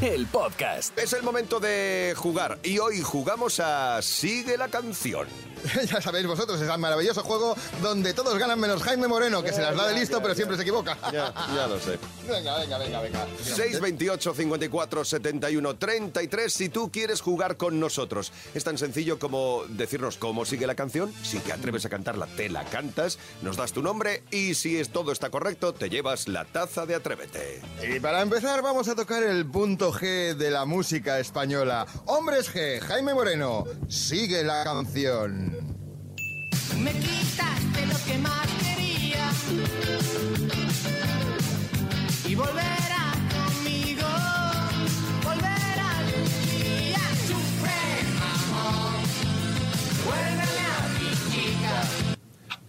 el podcast. Es el momento de jugar y hoy jugamos a Sigue la canción. ya sabéis vosotros, es el maravilloso juego donde todos ganan menos Jaime Moreno, que se las da de listo, pero siempre se equivoca. Ya, ya lo sé. venga, venga, venga, venga. 628 54 71 33 si tú quieres jugar con nosotros. Es tan sencillo como decirnos cómo sigue la canción, si te atreves a cantarla te la cantas, nos das tu nombre y si es todo está correcto te llevas la taza de Atrévete. Y para empezar vamos a tocar el punto G de la música española. Hombres G, Jaime Moreno, sigue la canción. Me quitaste lo que más quería y volverás conmigo, volver algún día. Suprema amor, vuélveme a mi chica.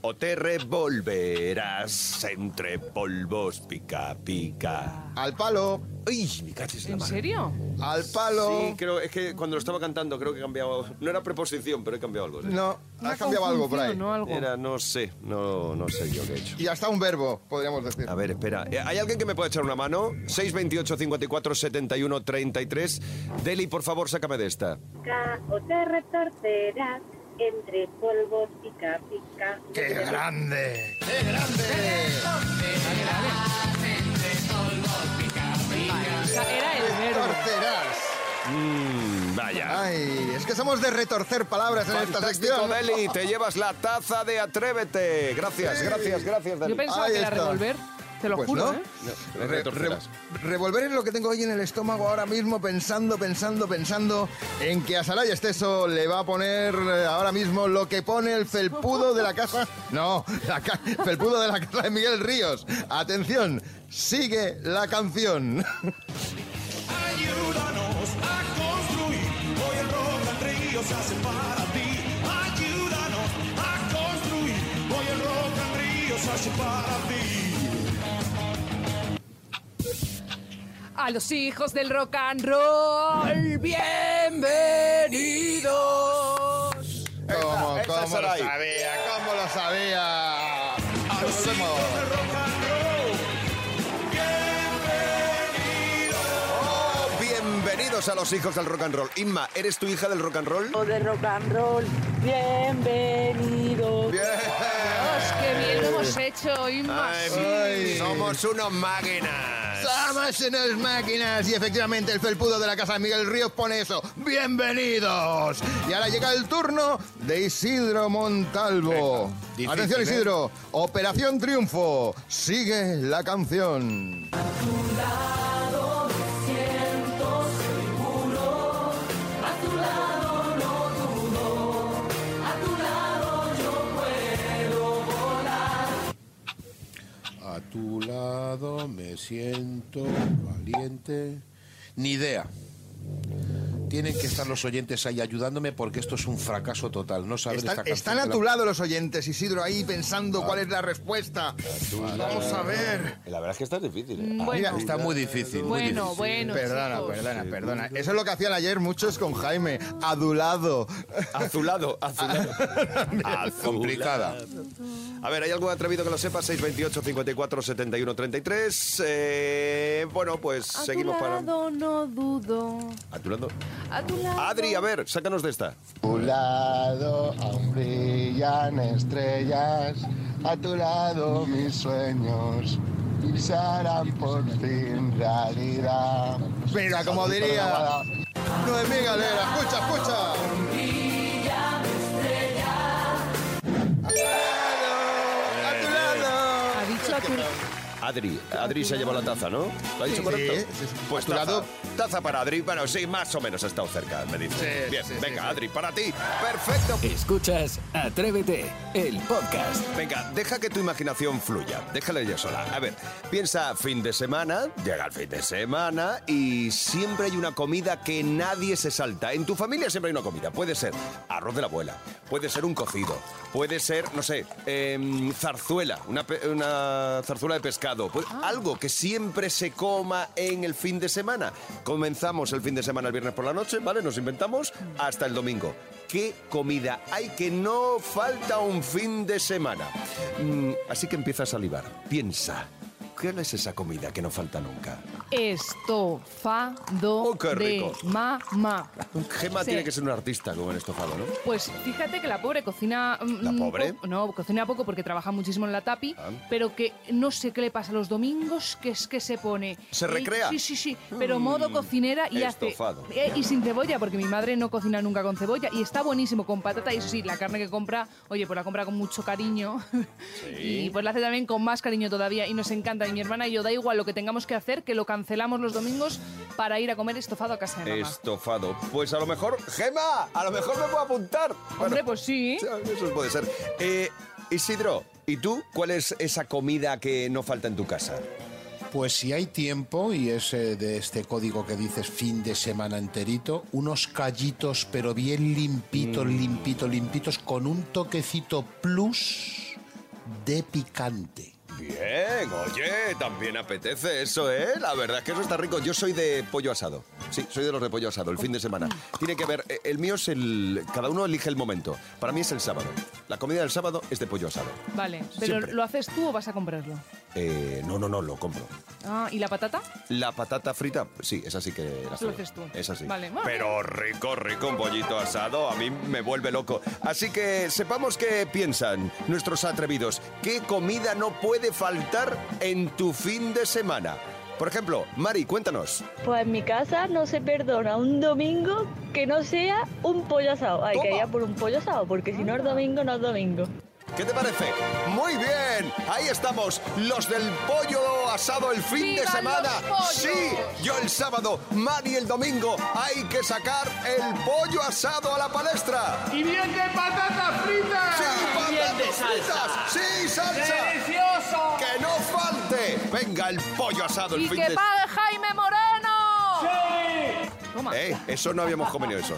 O te revolverás entre polvos pica pica. Al palo, ¡Ay, mi cachis en la ¿En mano. serio? al palo. Sí, creo, es que cuando lo estaba cantando creo que he cambiado, no era preposición, pero he cambiado algo. sí. No, Una has cambiado algo por ahí. conjunción, ¿no? Algo. Era, no sé, no, no sé yo qué he hecho. Y hasta un verbo, podríamos decir. A ver, espera. Eh, ¿Hay alguien que me pueda echar una mano? 628 54 71 33. Deli, por favor, sácame de esta. Ca- o te retorcerás entre polvos pica pica. grande! ¡Qué grande! O sea, era el verbo. Torcerás. Mm, vaya. Ay, es que somos de retorcer palabras en Ah, esta Fantástico, sección. Deli. Te llevas la taza de Atrévete. Gracias, Sí. gracias, gracias, Deli. Yo pensaba Ahí que era está. revolver. Te lo Pues juro, no. ¿eh? No, Re- retorcerás. re- revolver es lo que tengo hoy en el estómago ahora mismo, pensando, pensando, pensando en que a Saray Esteso le va a poner eh, ahora mismo lo que pone el felpudo de la casa. No, la ca- felpudo de la casa de Miguel Ríos. Atención, sigue la canción. Ayúdanos a construir, hoy el rock and río se hace para ti. Ayúdanos a construir, hoy el rock and río se hace para ti. A los hijos del rock and roll, bienvenidos. ¿Cómo, esa cómo lo Sarai. sabía? ¿Cómo lo sabía? A los Volvemos. hijos del rock and roll. Oh, bienvenidos a los hijos del rock and roll. Inma, ¿eres tu hija del rock and roll? de rock and roll, bienvenido. Bien. Dios, qué bien lo hemos hecho, Inma. Ay, sí. Ay. Somos unos máquinas. Somos unas máquinas y efectivamente el felpudo de la casa de Miguel Ríos pone eso. ¡Bienvenidos! Y ahora llega el turno de Isidro Montalvo. Difícil, Atención ¿eh? Isidro, Operación Triunfo. Sigue la canción. A tu lado me siento valiente. Ni idea. Tienen que estar los oyentes ahí ayudándome porque esto es un fracaso total. No saben Están, esta canción están que a la- tu lado los oyentes, Isidro, ahí pensando cuál es la respuesta. Vamos a ver. La verdad es que está difícil. ¿eh? Bueno, Mira, Está muy difícil. muy bueno, difícil. bueno. Perdona, chicos. perdona, perdona. Eso es lo que hacían ayer muchos con Jaime. Adulado. Azulado, azulado. Complicada. A ver, ¿hay algún atrevido que lo sepa? 628 54 71 33. Eh, bueno, pues A seguimos tu para. lado no dudo. A tu lado. A tu lado. Ah, Adri, a ver, sácanos de esta. tu lado aún brillan estrellas, a tu lado mis sueños pisarán por fin realidad. Mira, como diría Noemí Galera. Escucha, escucha. A tu lado, a tu lado. Ha dicho a tu, Adri, Adri se ha llevado la taza, ¿no? ¿Lo ha dicho Sí, correcto? sí, sí, sí. Pues ¿A tu lado? taza, taza para Adri. Bueno, sí, más o menos ha estado cerca, me dice. Sí, Bien, sí, venga, sí, sí. Adri, para ti. Perfecto. Escuchas Atrévete, el podcast. Venga, deja que tu imaginación fluya. Déjala ella sola. A ver, piensa fin de semana, llega el fin de semana y siempre hay una comida que nadie se salta. En tu familia siempre hay una comida. Puede ser arroz de la abuela, puede ser un cocido, puede ser, no sé, em, zarzuela, una, pe- una zarzuela de pescado. Puede- Algo que siempre se coma en el fin de semana. Comenzamos el fin de semana el viernes por la noche, ¿vale? Nos inventamos hasta el domingo. ¿Qué comida hay que no falta un fin de semana? Mm, así que empieza a salivar. Piensa. ¿Cuál es esa comida que no falta nunca? Estofado Oh, qué de rico. mamá. Gema Sí. tiene que ser un artista con el estofado, ¿no? Pues fíjate que la pobre cocina. mm, ¿La un pobre? po- No, cocina poco porque trabaja muchísimo en la tapi, Ah. pero que no sé qué le pasa los domingos, que es que se pone. ¿Se eh, recrea? Mm. Sí, sí, sí, pero modo cocinera y estofado. hace. eh, y sin cebolla, porque mi madre no cocina nunca con cebolla y está buenísimo con patata y eso sí, la carne que compra, oye, pues la compra con mucho cariño y pues la hace también con más cariño todavía y nos encanta. Y mi hermana y yo, da igual lo que tengamos que hacer, que lo cancelamos los domingos para ir a comer estofado a casa de mamá. Estofado. Pues a lo mejor, Gema, a lo mejor me puedo apuntar. Hombre, Bueno, pues sí. Eso puede ser. Eh, Isidro, ¿y tú cuál es esa comida que no falta en tu casa? Pues si hay tiempo, y es eh, de este código que dices fin de semana enterito, unos callitos, pero bien limpitos, limpitos, limpitos, con un toquecito plus de picante. Bien, oye, también apetece eso, ¿eh? La verdad es que eso está rico. Yo soy de pollo asado. Sí, soy de los de pollo asado, el fin de semana. Tiene que ver, eh, el mío es el... Cada uno elige el momento. Para mí es el sábado. La comida del sábado es de pollo asado. Vale, pero Siempre. ¿lo haces tú o vas a comprarlo? Eh, no, no, no, lo compro. Ah, ¿y la patata? La patata frita, pues sí, esa sí que la Lo hago. haces tú. Esa sí. Vale, bueno. Pero rico, rico, un pollito asado, a mí me vuelve loco. Así que sepamos qué piensan nuestros atrevidos. ¿Qué comida no puede faltar en tu fin de semana? Por ejemplo, Mari, cuéntanos. Pues en mi casa no se perdona un domingo que no sea un pollo asado. Hay que Toma. ir a por un pollo asado, porque si no es domingo, no es domingo. ¿Qué te parece? Muy bien, ahí estamos, los del pollo asado el fin de ¡Viva semana. los pollos! Sí, yo el sábado, Mari el domingo. Hay que sacar el pollo asado a la palestra. Y bien de patatas fritas. ¡Sí, patatas fritas! ¡Sí, salsa! ¡Delicioso! ¡Que no falte! Venga, el pollo asado el ¡Y fin que Pues de... pague Jaime Moreno! Toma. Eh, eso no habíamos comido eso.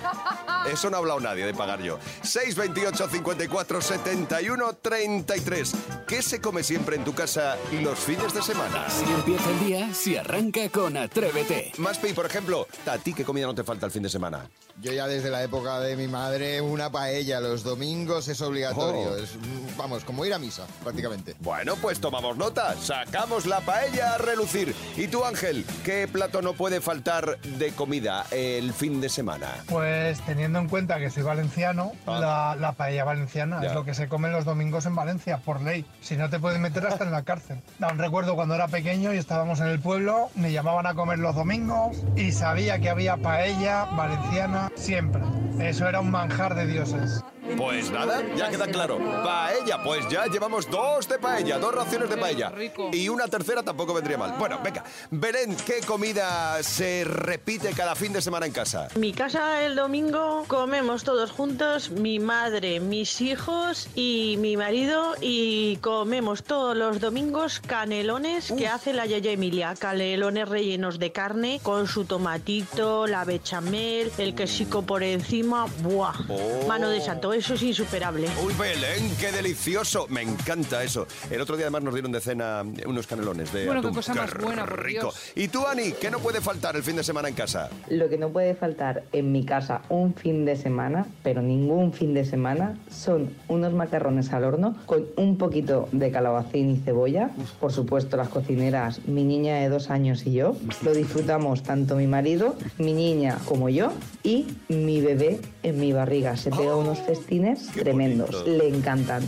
Eso no ha hablado nadie de pagar yo. 628 54 71 33. ¿Qué se come siempre en tu casa los fines de semana? Si empieza el día, si arranca con Atrévete. Maspi, por ejemplo, ¿a ti qué comida no te falta el fin de semana? Yo ya desde la época de mi madre, una paella los domingos es obligatorio. Oh. Es, mm, vamos, como ir a misa, prácticamente. Bueno, pues tomamos nota, sacamos la paella a relucir. ¿Y tú, Ángel, qué plato no puede faltar de comida el fin de semana? Pues teniendo en cuenta que soy valenciano, Ah. la, la paella valenciana Ya. es lo que se come los domingos en Valencia, por ley. Si no te puedes meter hasta en la cárcel. Aún recuerdo cuando era pequeño y estábamos en el pueblo, me llamaban a comer los domingos y sabía que había paella valenciana siempre. Eso era un manjar de dioses. Pues nada, ya queda claro. Paella, pues ya llevamos dos de paella, dos raciones de Qué paella. rico. Y una tercera tampoco vendría mal. Bueno, venga. Belén, ¿qué comida se repite cada fin de semana en casa? Mi casa el domingo comemos todos juntos, mi madre, mis hijos y mi marido y comemos todos los domingos canelones que hace la Yaya Emilia, canelones rellenos de carne con su tomatito, la bechamel, el quesico por encima, buah, Oh. mano de santo, eso es insuperable. Uy, Belén, qué delicioso. Me encanta eso. El otro día además nos dieron de cena unos canelones de Bueno, qué atún. cosa más buena, por rico. Dios. Y tú, Ani, ¿qué no puede faltar el fin de semana en casa? Lo que no puede faltar en mi casa un fin de semana, pero ningún fin de semana, son unos macarrones al horno con un poquito de calabacín y cebolla. Por supuesto, las cocineras, mi niña de dos años y yo, lo disfrutamos tanto mi marido, mi niña como yo y mi bebé en mi barriga. Se ¡Oh! pega unos festines qué tremendos, bonito. le encantan.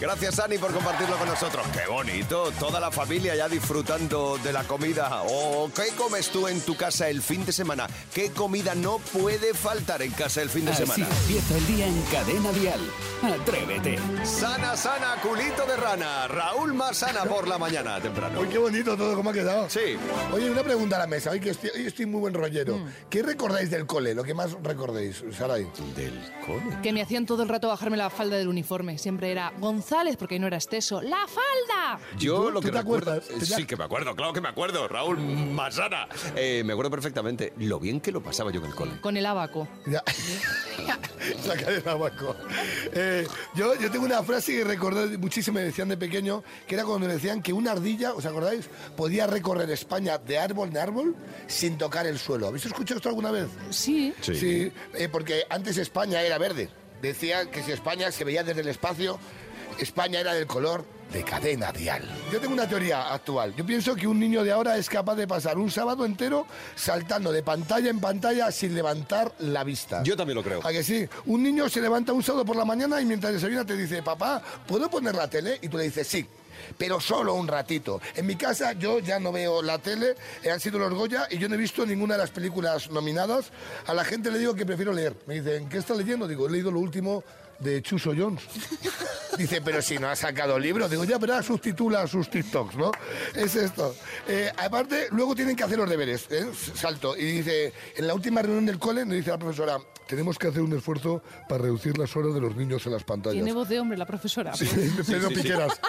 Gracias, Ani, por compartirlo con nosotros. Qué bonito. Toda la familia ya disfrutando de la comida. Oh, ¿Qué comes tú en tu casa el fin de semana? ¿Qué comida no puede faltar en casa el fin de Así semana? empieza el día en cadena vial. Atrévete. Sana Sana, culito de rana. Raúl Masana por la mañana, temprano. Uy, qué bonito todo, cómo ha quedado. Sí. Oye, una pregunta a la mesa. Hoy que estoy, hoy estoy muy buen rollero. Mm. ¿Qué recordáis del cole? Lo que más recordéis, Saray. Del cole. Que me hacían todo el rato bajarme la falda del uniforme. Siempre era González, porque no era esteso. ¡La falda! Yo lo que te recuerdo- acuerdas? eh, Sí que me acuerdo, claro que me acuerdo, Raúl Masana. Eh, me acuerdo perfectamente lo bien que lo pasaba yo en el cole. Con el abaco. Saca de tabaco. Eh, yo, yo tengo una frase que recordé muchísimo, me decían de pequeño, que era cuando me decían que una ardilla, ¿os acordáis? Podía recorrer España de árbol en árbol sin tocar el suelo. ¿Habéis escuchado esto alguna vez? Sí. Sí, eh, porque antes España era verde. Decían que si España se veía desde el espacio, España era del color de cadena dial. Yo tengo una teoría actual. Yo pienso que un niño de ahora es capaz de pasar un sábado entero saltando de pantalla en pantalla sin levantar la vista. Yo también lo creo. ¿A que sí? Un niño se levanta un sábado por la mañana y mientras desayuna te dice, papá, ¿puedo poner la tele? Y tú le dices, sí. Pero solo un ratito. En mi casa yo ya no veo la tele, eh, han sido los Goya y yo no he visto ninguna de las películas nominadas. A la gente le digo que prefiero leer. Me dicen, ¿qué estás leyendo? Digo, he leído lo último de Chuso Jones. Dice, pero si no ha sacado libros. Digo, ya verás, sustitula sus TikToks, ¿no? Es esto. Eh, aparte, luego tienen que hacer los deberes. ¿eh? Salto. Y dice, en la última reunión del cole, nos dice la profesora, tenemos que hacer un esfuerzo para reducir las horas de los niños en las pantallas. Tiene voz de hombre la profesora. Sí, Pedro sí, sí. Piqueras.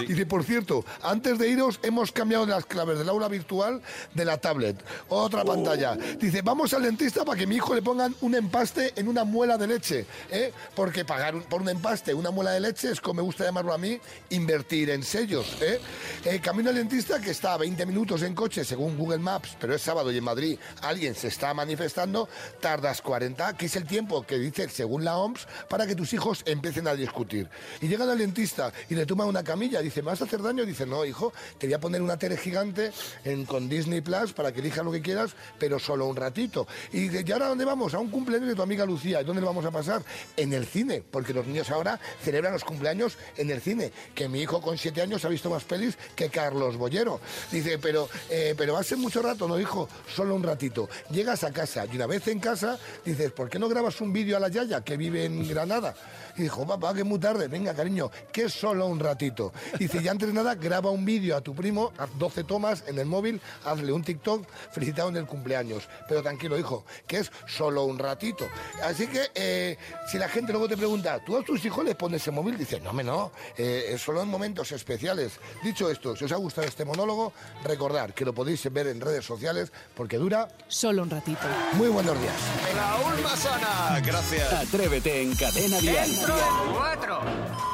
Y dice, por cierto, antes de iros hemos cambiado las claves del aula virtual de la tablet. Oh. Otra pantalla. Dice, vamos al dentista para que mi hijo le pongan un empaste en una muela de leche. ¿eh? Porque pagar un- por un empaste, una muela de leche es como me gusta llamarlo a mí, invertir en sellos. ¿eh? Eh, camino al dentista que está a 20 minutos en coche según Google Maps, pero es sábado y en Madrid alguien se está manifestando, tardas 40, que es el tiempo que dice según la OMS para que tus hijos empiecen a discutir. Y llegan al dentista y le toma una camilla, dice, ¿me vas a hacer daño? Dice, no, hijo, te voy a poner una tele gigante en- con Disney Plus para que elijas lo que quieras, pero solo un ratito. Y dice, ¿y ahora dónde vamos? A un cumpleaños de tu amiga Lucía. ¿Y dónde lo vamos a pasar? En el cine, porque los niños ahora celebran los cumpleaños en el cine. Que mi hijo con siete años ha visto más pelis que Carlos Bollero. Dice, pero, eh, pero va a ser mucho rato, no, hijo, solo un ratito. Llegas a casa y una vez en casa dices, ¿por qué no grabas un vídeo a la Yaya que vive en Granada? Y dijo, papá, que es muy tarde, venga, cariño, que es solo un ratito. Dice, ya antes de nada, graba un vídeo a tu primo, haz 12 tomas en el móvil, hazle un TikTok, felicitado en el cumpleaños. Pero tranquilo, hijo, que es solo un ratito. Así que, eh, si la gente luego te pregunta, ¿tú a tus hijos les pones el móvil? Dice, no, me no, eh, es solo en momentos especiales. Dicho esto, si os ha gustado este monólogo, recordad que lo podéis ver en redes sociales porque dura solo un ratito. Muy buenos días. Raúl Masana, gracias. Atrévete en Cadena Dial. Dentro de cuatro,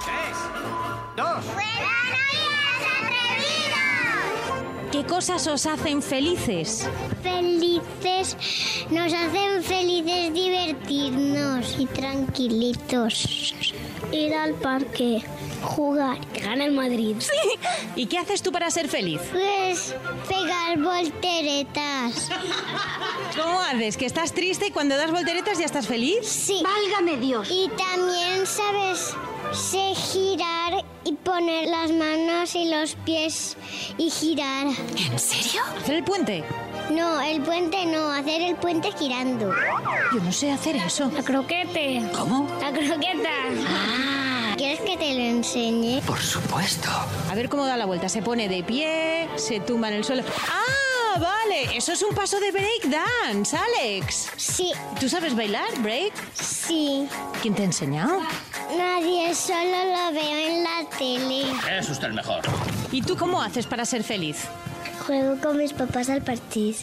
tres, dos. ¿Qué cosas os hacen felices? Felices, nos hacen felices divertirnos y tranquilitos. Ir al parque, jugar. Que gana el Madrid. Sí. ¿Y qué haces tú para ser feliz? Pues pegar volteretas. ¿Cómo haces? ¿Que estás triste y cuando das volteretas ya estás feliz? Sí. Válgame Dios. Y también sabes sé girar y poner las manos y los pies y girar. ¿En serio? ¿Hacer el puente? No, el puente no, hacer el puente girando. Yo no sé hacer eso. La croquete. ¿Cómo? La croqueta. Ah. ¿Quieres que te lo enseñe? Por supuesto. A ver cómo da la vuelta. Se pone de pie, se tumba en el suelo. ¡Ah, vale! Eso es un paso de break dance, Alex. Sí. ¿Tú sabes bailar break? Sí. ¿Quién te ha enseñado? Nadie, solo lo veo en la tele. Es usted el mejor. ¿Y tú cómo haces para ser feliz? Ah, Juego con mis papás al parchís.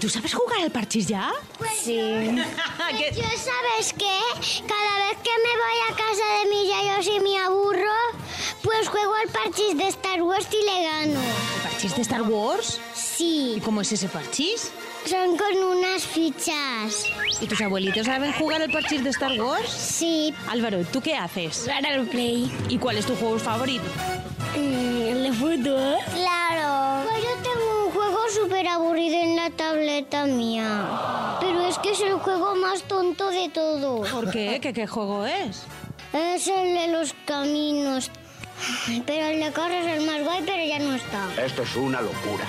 ¿Tú sabes jugar al parchís ya? Sí. Yo sabes qué? Cada vez que me voy a casa de mis yayos y me aburro, pues juego al parchís de Star Wars y le gano. ¿Parchís de Star Wars? Sí. ¿Y cómo es ese parchís? Son con unas fichas. ¿Y tus abuelitos saben jugar al parchís de Star Wars? Sí. Álvaro, ¿tú qué haces? Jugar al play. ¿Y cuál es tu juego favorito? Mm, ¿El fútbol? Claro. Pues yo tengo un juego súper aburrido en la tableta mía. Pero es que es el juego más tonto de todo. ¿Por qué? ¿Qué, qué juego es? Es el de los caminos. Ay, Pero el de carros es el más guay, pero ya no está. Esto es una locura.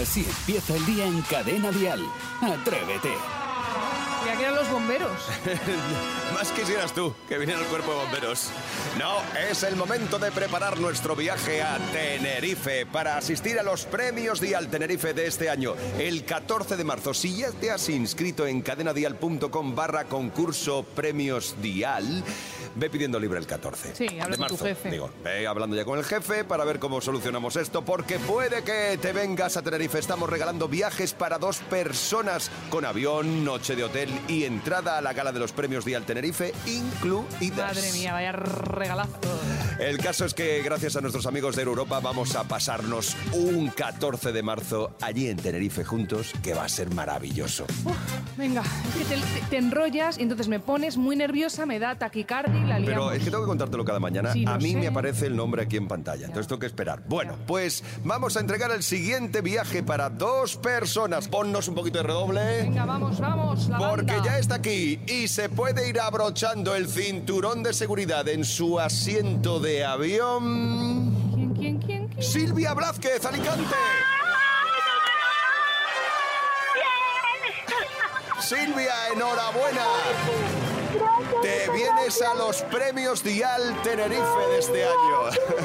Así empieza el día en Cadena Dial. Atrévete. Y Pensará que eran los bomberos. Más quisieras tú que viniera el cuerpo de bomberos. No, es el momento de preparar nuestro viaje a Tenerife para asistir a los premios Dial Tenerife de este año. El 14 de marzo, si ya te has inscrito en cadenadial.com barra concurso premios Dial, ve pidiendo libre el 14. Sí, habla de con tu marzo, jefe. Digo, ve hablando ya con el jefe para ver cómo solucionamos esto, porque puede que te vengas a Tenerife. Estamos regalando viajes para dos personas con avión, noche de hotel y entrada a la gala de los premios Dial Tenerife incluidas. Madre mía, vaya regalazo. El caso es que gracias a nuestros amigos de Europa vamos a pasarnos un 14 de marzo allí en Tenerife juntos, que va a ser maravilloso. Venga, es que te, te- te enrollas y entonces me pones muy nerviosa, me da taquicardia y la liamos. Pero es que tengo que contártelo cada mañana. Sí, lo a mí sé. me aparece el nombre aquí en pantalla, entonces tengo que esperar. Bueno, pues vamos a entregar el siguiente viaje para dos personas. Ponnos un poquito de redoble. Venga, vamos, vamos, la Porque banda. ya está aquí y se puede ir abrochando el cinturón de seguridad en su asiento de avión. ¿Quién, quién, quién? Silvia Blázquez, Alicante. Silvia, enhorabuena. Te vienes a los premios Dial Tenerife de este año.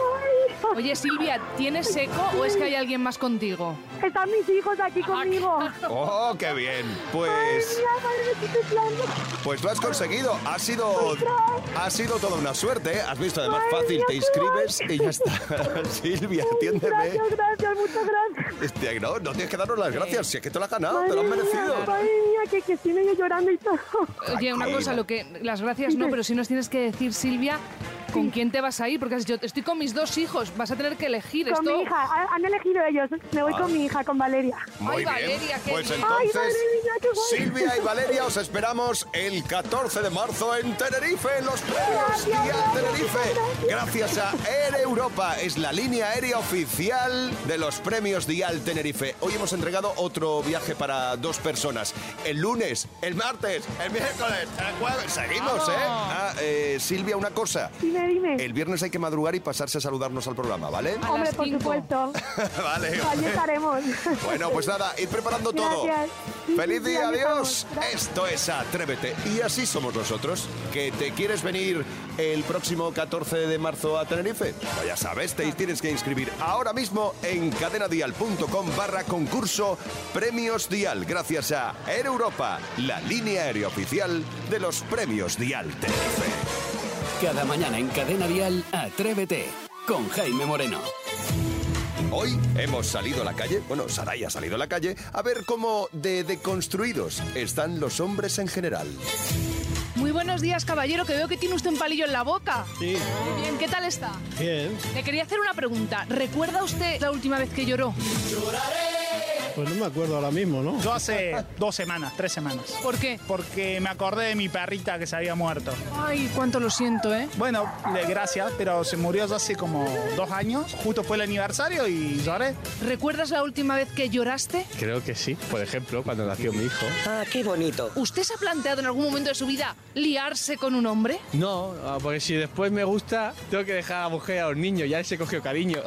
Oye, Silvia, ¿tienes seco o es que hay alguien más contigo? Están mis hijos aquí conmigo. Oh, qué bien. Pues, pues lo has conseguido. Ha sido, ha sido toda una suerte. ¿eh? Has visto además fácil. Te inscribes y ya está. Silvia, atiéndeme. Gracias, gracias, muchas gracias. Este, no, no tienes que darnos las gracias. Si es que te lo has ganado, te Madre lo has mía, merecido. Madre mía, que, que estoy medio llorando y todo. Oye, una cosa, lo que las gracias no, pero si nos tienes que decir, Silvia, ¿con quién te vas a ir? Porque has- yo estoy con mis dos hijos, vas a tener que elegir Con esto. mi hija, ha- han elegido ellos. Me voy Ah. con mi hija, con Valeria. Muy bien. Pues Ay, madre entonces, mía, qué guay. Silvia y Valeria, os esperamos el 14 de marzo en Tenerife, en los premios Gracias, Dial gracias, Tenerife. Gracias a Air Europa, es la línea aérea oficial de los premios Dial Tenerife. Hoy hemos entregado otro viaje para dos personas. El lunes, el martes, el miércoles, el jueves. Seguimos, ¿eh? Vamos. Ah, eh, Silvia, una cosa. Dime, dime. El viernes hay que madrugar y pasarse a saludarnos al programa, ¿vale? Hombre, por supuesto. vale. Ahí estaremos. Bueno, pues nada, id preparando todo. Gracias. Sí, Feliz sí, sí, día, ahí adiós. estamos. Gracias. Esto es Atrévete. Y así somos nosotros. ¿Que te quieres venir el próximo 14 de marzo a Tenerife? Pues ya sabes, te tienes que inscribir ahora mismo en cadenadial.com barra concurso Premios Dial. Gracias a Air Europa, la línea aérea oficial de los Premios Dial Tenerife. Cada mañana en Cadena Dial, Atrévete con Jaime Moreno. Hoy hemos salido a la calle, bueno, Saray ha salido a la calle, a ver cómo de deconstruidos están los hombres en general. Muy buenos días, caballero, que veo que tiene usted un palillo en la boca. Sí, Muy Bien, ¿qué tal está? bien. Le quería hacer una pregunta. ¿Recuerda usted la última vez que lloró? Pues no me acuerdo ahora mismo, ¿no? Yo hace dos semanas, tres semanas. ¿Por qué? Porque me acordé de mi perrita que se había muerto. Ay, cuánto lo siento, ¿eh? Bueno, le- gracias, pero se murió ya hace como dos años. Justo fue el aniversario y lloré. ¿Recuerdas la última vez que lloraste? Creo que sí. Por ejemplo, cuando nació mi hijo. Ah, qué bonito. ¿Usted se ha planteado en algún momento de su vida liarse con un hombre? No, ah, porque si después me gusta, tengo que dejar a la mujer a los niños. Ya se cogió cariño.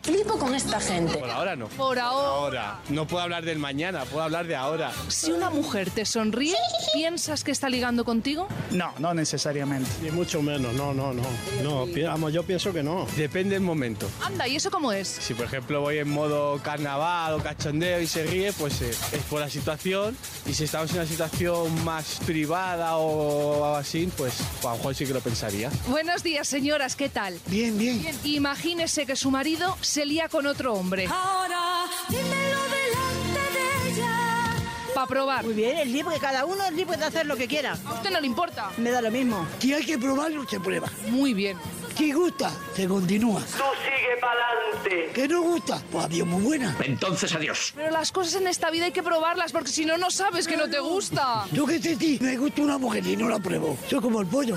Flipo con esta gente. Por ahora no. Por ahora. Ahora. No puedo hablar del mañana, puedo hablar de ahora. Si una mujer te sonríe, ¿piensas que está ligando contigo? No, no necesariamente. Ni mucho menos, no, no, no. No, yo pienso que no. Depende del momento. Anda, ¿y eso cómo es? Si por ejemplo voy en modo carnaval o cachondeo y se ríe, pues eh, es por la situación. Y si estamos en una situación más privada o algo así, pues a lo mejor sí que lo pensaría. Buenos días, señoras, ¿qué tal? Bien, bien. Imagínese que su marido se lía con otro hombre. Ahora, dímelo delante de ella. Para probar. Muy bien, es libre, cada uno es libre de hacer lo que quiera. A usted no le importa. Me da lo mismo. Si hay que probarlo, se prueba. Muy bien. Que gusta, se continúa. Tú sigue pa'lante. Que no gusta, pues había muy buena. Entonces, adiós. Pero las cosas en esta vida hay que probarlas porque si no, no sabes que no te gusta. Yo que sé ti, me gusta una mujer y no la pruebo. Soy como el pollo.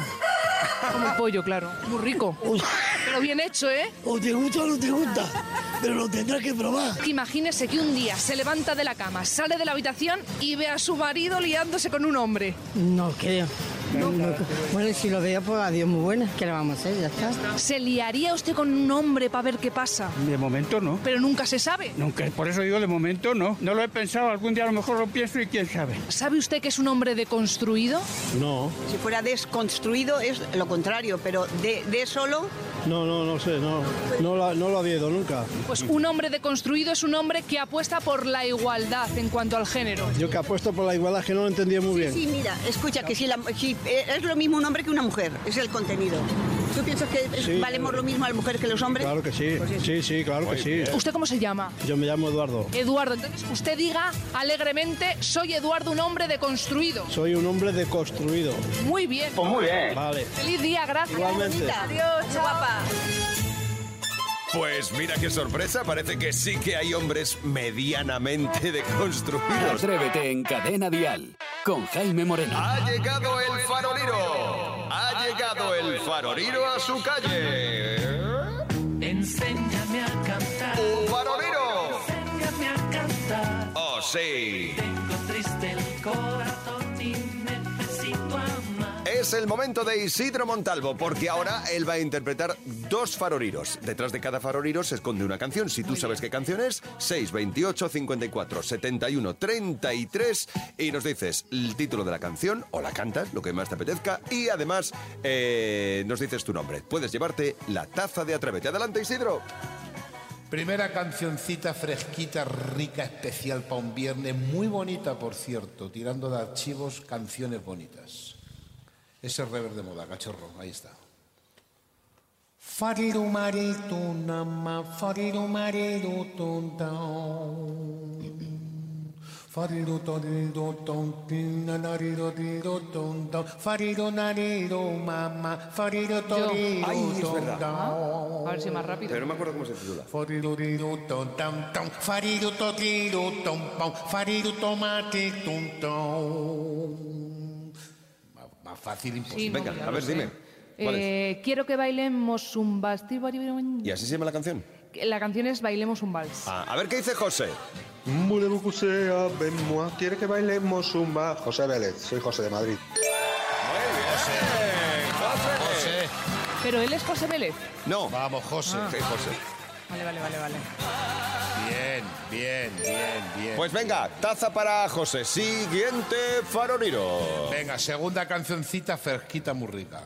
Como el pollo, claro. Muy rico. Pero bien hecho, ¿eh? O te gusta o no te gusta, pero lo tendrás que probar. Imagínese que un día se levanta de la cama, sale de la habitación y ve a su marido liándose con un hombre. No creo. Bueno, y si lo veo, pues adiós, muy buena. ¿Qué le vamos a hacer? Ya está. ¿Se liaría usted con un hombre para ver qué pasa? De momento no. Pero nunca se sabe. Nunca, por eso digo de momento no. No lo he pensado, algún día a lo mejor lo pienso y quién sabe. ¿Sabe usted que es un hombre deconstruido? No. Si fuera desconstruido es lo contrario, pero de, de solo. No, no, no sé, no. No, la- no lo había ido nunca. Pues un hombre deconstruido es un hombre que apuesta por la igualdad en cuanto al género. Yo que apuesto por la igualdad que no lo entendía muy bien. Sí, mira, escucha, que si, la- si, eh, es lo mismo un hombre que una mujer, es el contenido. ¿Tú piensas que es- Sí. valemos lo mismo a la mujer que los hombres? Claro que Pues sí. Sí, sí, claro que sí. ¿Usted cómo se llama? Yo me llamo Eduardo. Eduardo, entonces usted diga alegremente, soy Eduardo, un hombre deconstruido. Soy un hombre deconstruido. Muy bien. Vale. Feliz día, gracias. Igualmente. Adiós, chao. Pues mira qué sorpresa, parece que sí que hay hombres medianamente deconstruidos. Atrévete en Cadena Dial con Jaime Moreno. Ha llegado el faroliro. Ha llegado el faroliro a su calle. Enséñame a cantar. ¡Un faroliro! Enséñame a cantar. Oh, sí. Tengo triste el corazón y necesito amar. Es el momento de Isidro Montalvo, porque ahora él va a interpretar dos faroriros. Detrás de cada faroriro se esconde una canción. Si tú sabes qué canción es, 628 54 71 33 y nos dices el título de la canción o la cantas, lo que más te apetezca, y además eh, nos dices tu nombre. Puedes llevarte la taza de Atrévete. Adelante, Isidro. Primera cancioncita fresquita, rica, especial para un viernes, muy bonita, por cierto, tirando de archivos, canciones bonitas. Ese rever de moda, cachorro, ahí está. Fariru maritu nama, fariru mariru tuntao. Fariru toriru tontina, nariru riru tuntao. Fariru nariru mama, fariru toriru tuntao. A ver si más rápido. no me acuerdo cómo se titula. Fariruriru tom tam tom, fariru toriru tom pom, fariru tomate tum tom. Más fácil Sí, imposible. no, Venga, a ver, dime. ¿Cuál es? Eh, quiero que bailemos un vals. ¿Y así se llama la canción? La canción es Bailemos un vals. Ah, a ver qué dice José. Voulez-vous que sea ben moi? ¿Quiere que bailemos zumba? José Vélez, soy José de Madrid. José. Pero él es José Vélez. No. Vamos, José. Ah. Sí, José. Vale, vale, vale, vale. Bien, bien, bien, bien. Pues venga, taza para José. Siguiente faroriro. Venga, segunda cancioncita fresquita, muy rica.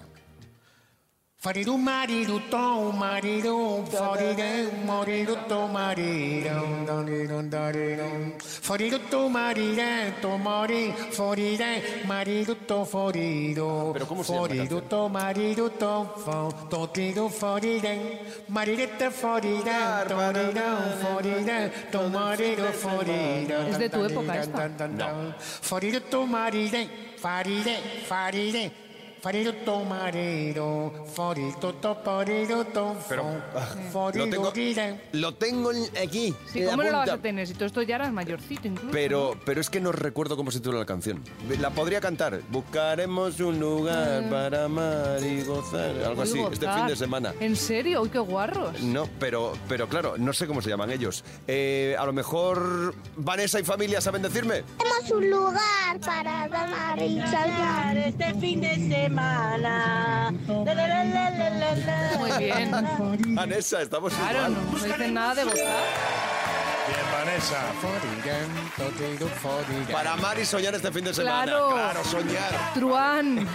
Fariru mariru tom, mariru, farire, moriru tom, mariru, dariru, dariru. Fariru tom, marire, tom, mori, forire, mariru tom, foriru. Pero ¿cómo se llama la Foriru canción? tom, mariru tom, fo, totiru, forire, marirete, forire, toriru, forire, tom, mariru, forire. Es de tu época esta. Tan, tan, tan. Fariru tom, marire, farire, farire. Fariro tomarero, forito toporero, tom, Pero, ah, foriro, lo tengo, rire. lo tengo en- aquí. Sí, en la ¿cómo no la vas punta. a tener? Si todo esto ya eras mayorcito incluso. Pero, pero es que no recuerdo cómo se titula la canción. La podría cantar. Buscaremos un lugar para amar y gozar. Algo Uy, así, este Mm. gozar. fin de semana. ¿En serio? ¡Uy, qué guarros! No, pero, pero claro, no sé cómo se llaman ellos. Eh, a lo mejor Vanessa y familia saben decirme. Tenemos un lugar para ganar y salvar este fin de semana. Muy bien. Vanessa, estamos Claro, igual. no, no dicen nada de votar. Bien, Vanessa. Para amar y soñar este fin de semana. Claro. claro soñar. Truán.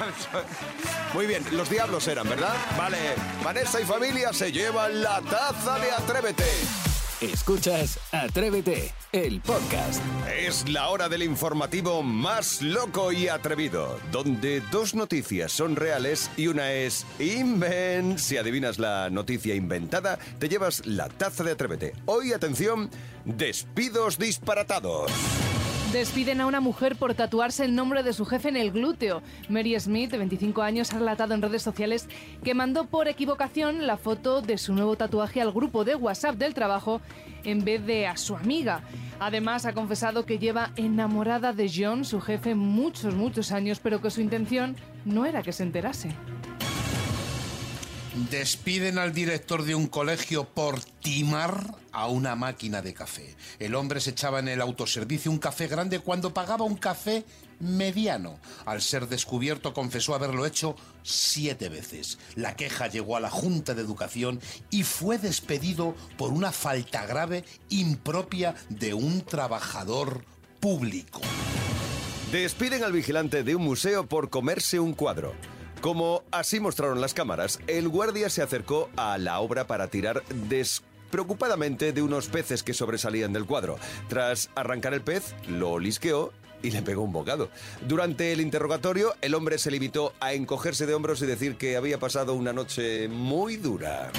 Muy bien, los diablos eran, ¿verdad? Vale, Vanessa y familia se llevan la taza de Atrévete. Escuchas Atrévete, el podcast. Es la hora del informativo más loco y atrevido, donde dos noticias son reales y una es invent. Si adivinas la noticia inventada, te llevas la taza de Atrévete. Hoy, atención, despidos disparatados. Despiden a una mujer por tatuarse el nombre de su jefe en el glúteo. Mary Smith, de 25 años, ha relatado en redes sociales que mandó por equivocación la foto de su nuevo tatuaje al grupo de WhatsApp del trabajo en vez de a su amiga. Además, ha confesado que lleva enamorada de John, su jefe, muchos, muchos años, pero que su intención no era que se enterase. Despiden al director de un colegio por timar a una máquina de café. El hombre se echaba en el autoservicio un café grande cuando pagaba un café mediano. Al ser descubierto confesó haberlo hecho siete veces. La queja llegó a la Junta de Educación y fue despedido por una falta grave impropia de un trabajador público. Despiden al vigilante de un museo por comerse un cuadro. Como así mostraron las cámaras, el guardia se acercó a la obra para tirar despreocupadamente de unos peces que sobresalían del cuadro. Tras arrancar el pez, lo lisqueó y le pegó un bocado. Durante el interrogatorio, el hombre se limitó a encogerse de hombros y decir que había pasado una noche muy dura.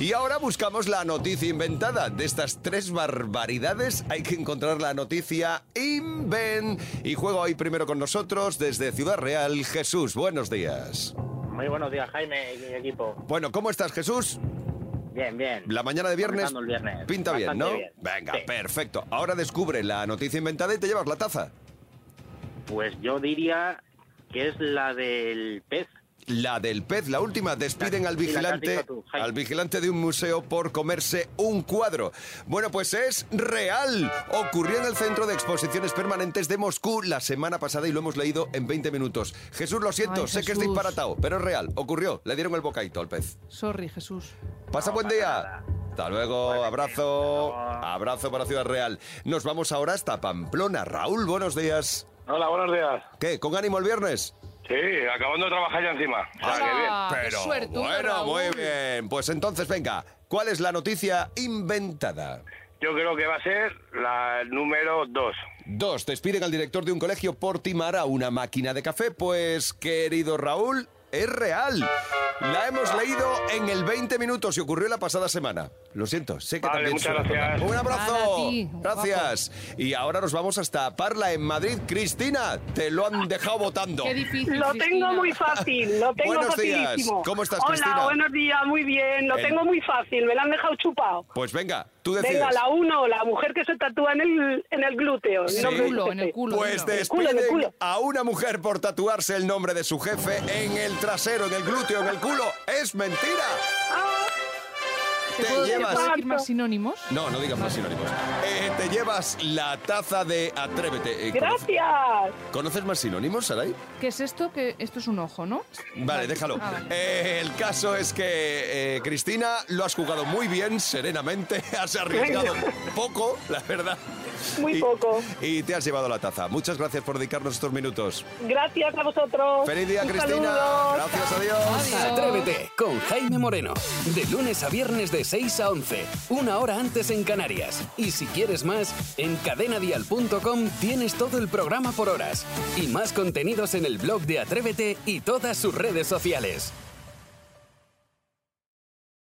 Y ahora buscamos la noticia inventada. De estas tres barbaridades hay que encontrar la noticia invent. Y juego hoy primero con nosotros desde Ciudad Real, Jesús. Buenos días. Muy buenos días, Jaime y equipo. Bueno, ¿cómo estás, Jesús? Bien, bien. La mañana de viernes, Comenzando el viernes. pinta bien, ¿no? Bastante bien. Venga, Sí. perfecto. Ahora descubre la noticia inventada y te llevas la taza. Pues yo diría que es la del pez. La del pez, la última, despiden al sí, la que has vigilante, dicho tú, Jaime. al vigilante de un museo por comerse un cuadro. Bueno, pues es real. Ocurrió en el Centro de Exposiciones Permanentes de Moscú la semana pasada y lo hemos leído en 20 minutos. Jesús, lo siento, Ay, sé que es Jesús. disparatado, pero es real. Ocurrió, le dieron el bocaito al pez. Sorry, Jesús. Pasa buen día. Hasta luego, abrazo, abrazo para Ciudad Real. Nos vamos ahora hasta Pamplona. Raúl, buenos días. Hola, buenos días. ¿Qué? ¿Con ánimo el viernes? Sí, acabando de trabajar ya encima. O sea, que bien. Ah, Pero bueno, muy bien. Pues entonces, venga, ¿cuál es la noticia inventada? Yo creo que va a ser la número 2. Dos, despiden al director de un colegio por timar a una máquina de café. Pues, querido Raúl, es real. La hemos leído en el 20 minutos y ocurrió la pasada semana. Lo siento, sé que Vale, también... muchas suena gracias. fatal. Un Nada, abrazo. a ti, guapo. Gracias. Y ahora nos vamos hasta Parla, en Madrid. Cristina, te lo Ah, han dejado votando. Lo tengo muy fácil, lo tengo Buenos días. facilísimo. ¿Cómo estás, Hola, Cristina? buenos días, muy bien. Lo El- tengo muy fácil, me lo han dejado chupado. Pues venga, tú decides. Venga, la uno, la mujer que se tatúa en el, en el glúteo. el Sí. nombre del jefe. Pues En el culo, despiden en el culo. a una mujer por tatuarse el nombre de su jefe en el trasero, en el glúteo, en el culo. ¡Es mentira! ¿Te Te puedo te llevas- puedo decir más sinónimos? No, no digas más sinónimos. Eh, te llevas la taza de Atrévete. Eh, ¡Gracias! ¿Conoces más sinónimos, Saray? ¿Qué es esto? Que esto es un ojo, ¿no? Vale, déjalo. Ah, vale. Eh, el caso es que, eh, Cristina, lo has jugado muy bien, serenamente. Has arriesgado Venga. poco, la verdad. Muy Y- poco. Y te has llevado la taza. Muchas gracias por dedicarnos estos minutos. Gracias a vosotros. Feliz día, Un Cristina. saludo. Gracias a Dios. Atrévete con Jaime Moreno. De lunes a viernes de 6 a 11. Una hora antes en Canarias. Y si quieres más, en cadenadial.com tienes todo el programa por horas. Y más contenidos en el blog de Atrévete y todas sus redes sociales.